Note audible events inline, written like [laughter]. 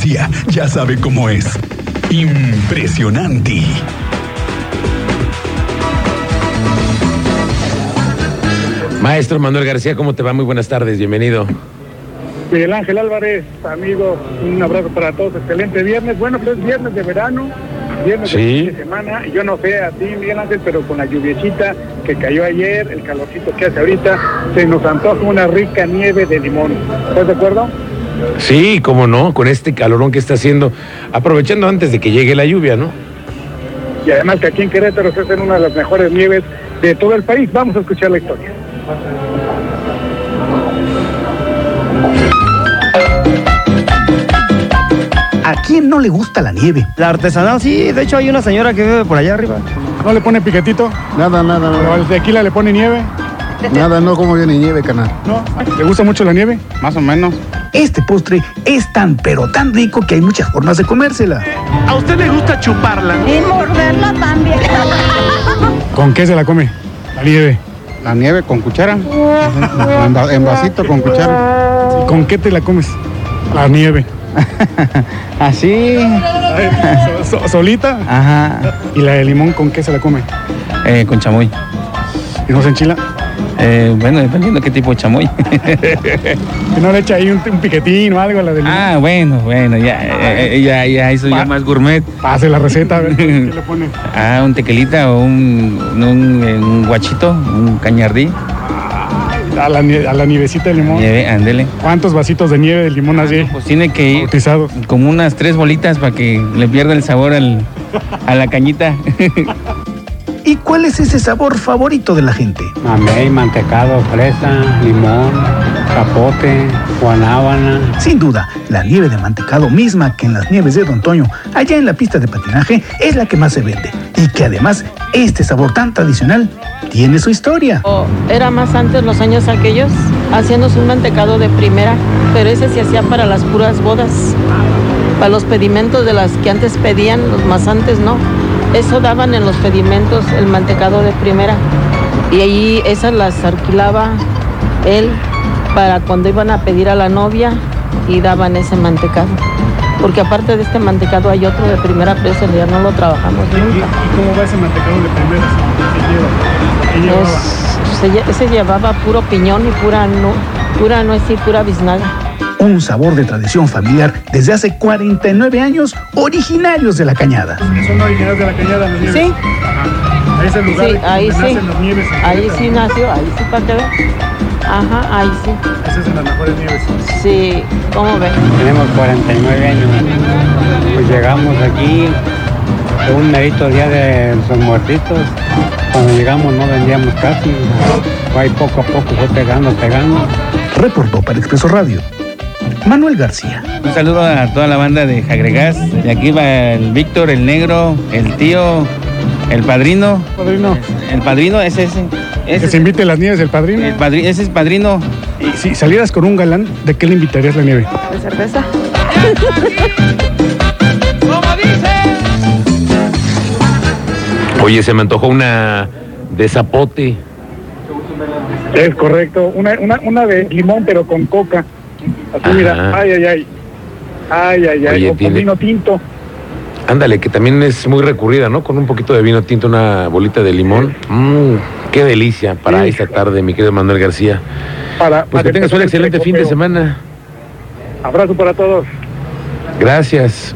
magia, ya sabe cómo es. Impresionante. Maestro Manuel García, ¿cómo te va? Muy buenas tardes, bienvenido. Miguel Ángel Álvarez, amigo, un abrazo para todos, excelente viernes. Bueno, pues es viernes de verano, viernes Sí. de, fin de semana. Yo no sé a ti, Miguel Ángel, pero con la lluviecita que cayó ayer, el calorcito que hace ahorita, se nos antoja una rica nieve de limón. ¿Estás de acuerdo? Sí, cómo no, con este calorón que está haciendo, aprovechando antes de que llegue la lluvia, ¿no? Y además que aquí en Querétaro se hacen una de las mejores nieves de todo el país. Vamos a escuchar la historia. ¿A quién no le gusta la nieve? La artesanal, sí. De hecho, hay una señora que vive por allá arriba. ¿No le pone piquetito? Nada, nada, ¿O nada. al tequila le pone nieve? Nada, no como viene nieve, canal. ¿No? ¿Le gusta mucho la nieve? Más o menos. Este postre es tan pero tan rico que hay muchas formas de comérsela. ¿A usted le gusta chuparla? Y morderla también. ¿Con qué se la come? La nieve. La nieve con cuchara. En, va- en vasito con cuchara. ¿Con qué te la comes? La [laughs] nieve. Así. So- so- ¿Solita? Ajá. ¿Y la de limón con qué se la come? Eh, con chamoy. ¿Y no se enchila? Eh, bueno, dependiendo qué tipo de chamoy. ¿Que no le echa ahí un, un piquetín o algo a la de limón? [laughs] ah, bueno, bueno, ya, eh, eh, ya, ya, eso ya más gourmet. Pase la receta, a ver [laughs] qué le pone. Ah, un tequilita o un, un, eh, un guachito, un cañardí. A la, nie- a la nievecita de limón. Nieve, ándele. ¿Cuántos vasitos de nieve de Ah, limón así? Pues tiene que ir Bautizado. como unas tres bolitas para que le pierda el sabor al, a la [laughs] cañita. ¿Y cuál es ese sabor favorito de la gente? Mamey, mantecado, fresa, limón, capote, guanábana. Sin duda, la nieve de mantecado misma que en las nieves de Don Toño, allá en la pista de patinaje, es la que más se vende. Y que además, este sabor tan tradicional tiene su historia. O era más antes los años aquellos, haciéndose un mantecado de primera, pero ese se hacía para las puras bodas, para los pedimentos de las que antes pedían, los más antes no. Eso daban en los pedimentos el mantecado de primera. Y ahí esas las alquilaba él para cuando iban a pedir a la novia y daban ese mantecado. Porque aparte de este mantecado hay otro de primera, pero ese ya no lo trabajamos nunca. cómo va ese mantecado de primeras? ¿Qué lleva? Pues, se, lle- se llevaba puro piñón y pura, no, pura nuez y pura biznaga. Un sabor de tradición familiar desde hace 49 años, originarios de la cañada. Son originales de la cañada, las nieves. Sí, Ahí es el lugar sí, donde ahí sí. nacen las nieves. en Ahí Querétaro. sí nació, ahí sí, para que vea. Ajá, ahí sí. Esas son las mejores nieves. Sí, ¿cómo ves? Tenemos 49 años. Pues llegamos aquí de un mérito día de los muertitos. Cuando llegamos no vendíamos casi. Ahí poco a poco fue pegando, pegando. Reportó para Expreso Radio. Manuel García. Un saludo a toda la banda de Jagregás. Y aquí va el Víctor, el negro, el tío, el padrino. Padrino, El padrino es ese. que Ese, se invite las nieves del padrino. el padri- ese es padrino. Y si salieras con un galán, ¿de qué le invitarías la nieve? cerveza? Oye, se me antojó una de zapote. Es correcto, una, una, una de limón pero con coca. Así Ajá. mira, ay, ay, ay. Ay, ay, ay, Oye, o con tiene- vino tinto. Ándale, que también es muy recurrida, ¿no? Con un poquito de vino tinto, una bolita de limón. Mmm, qué delicia para Sí. esta tarde, mi querido Manuel García. Para, Pues que tengas un excelente fin de semana. Abrazo para todos. Gracias.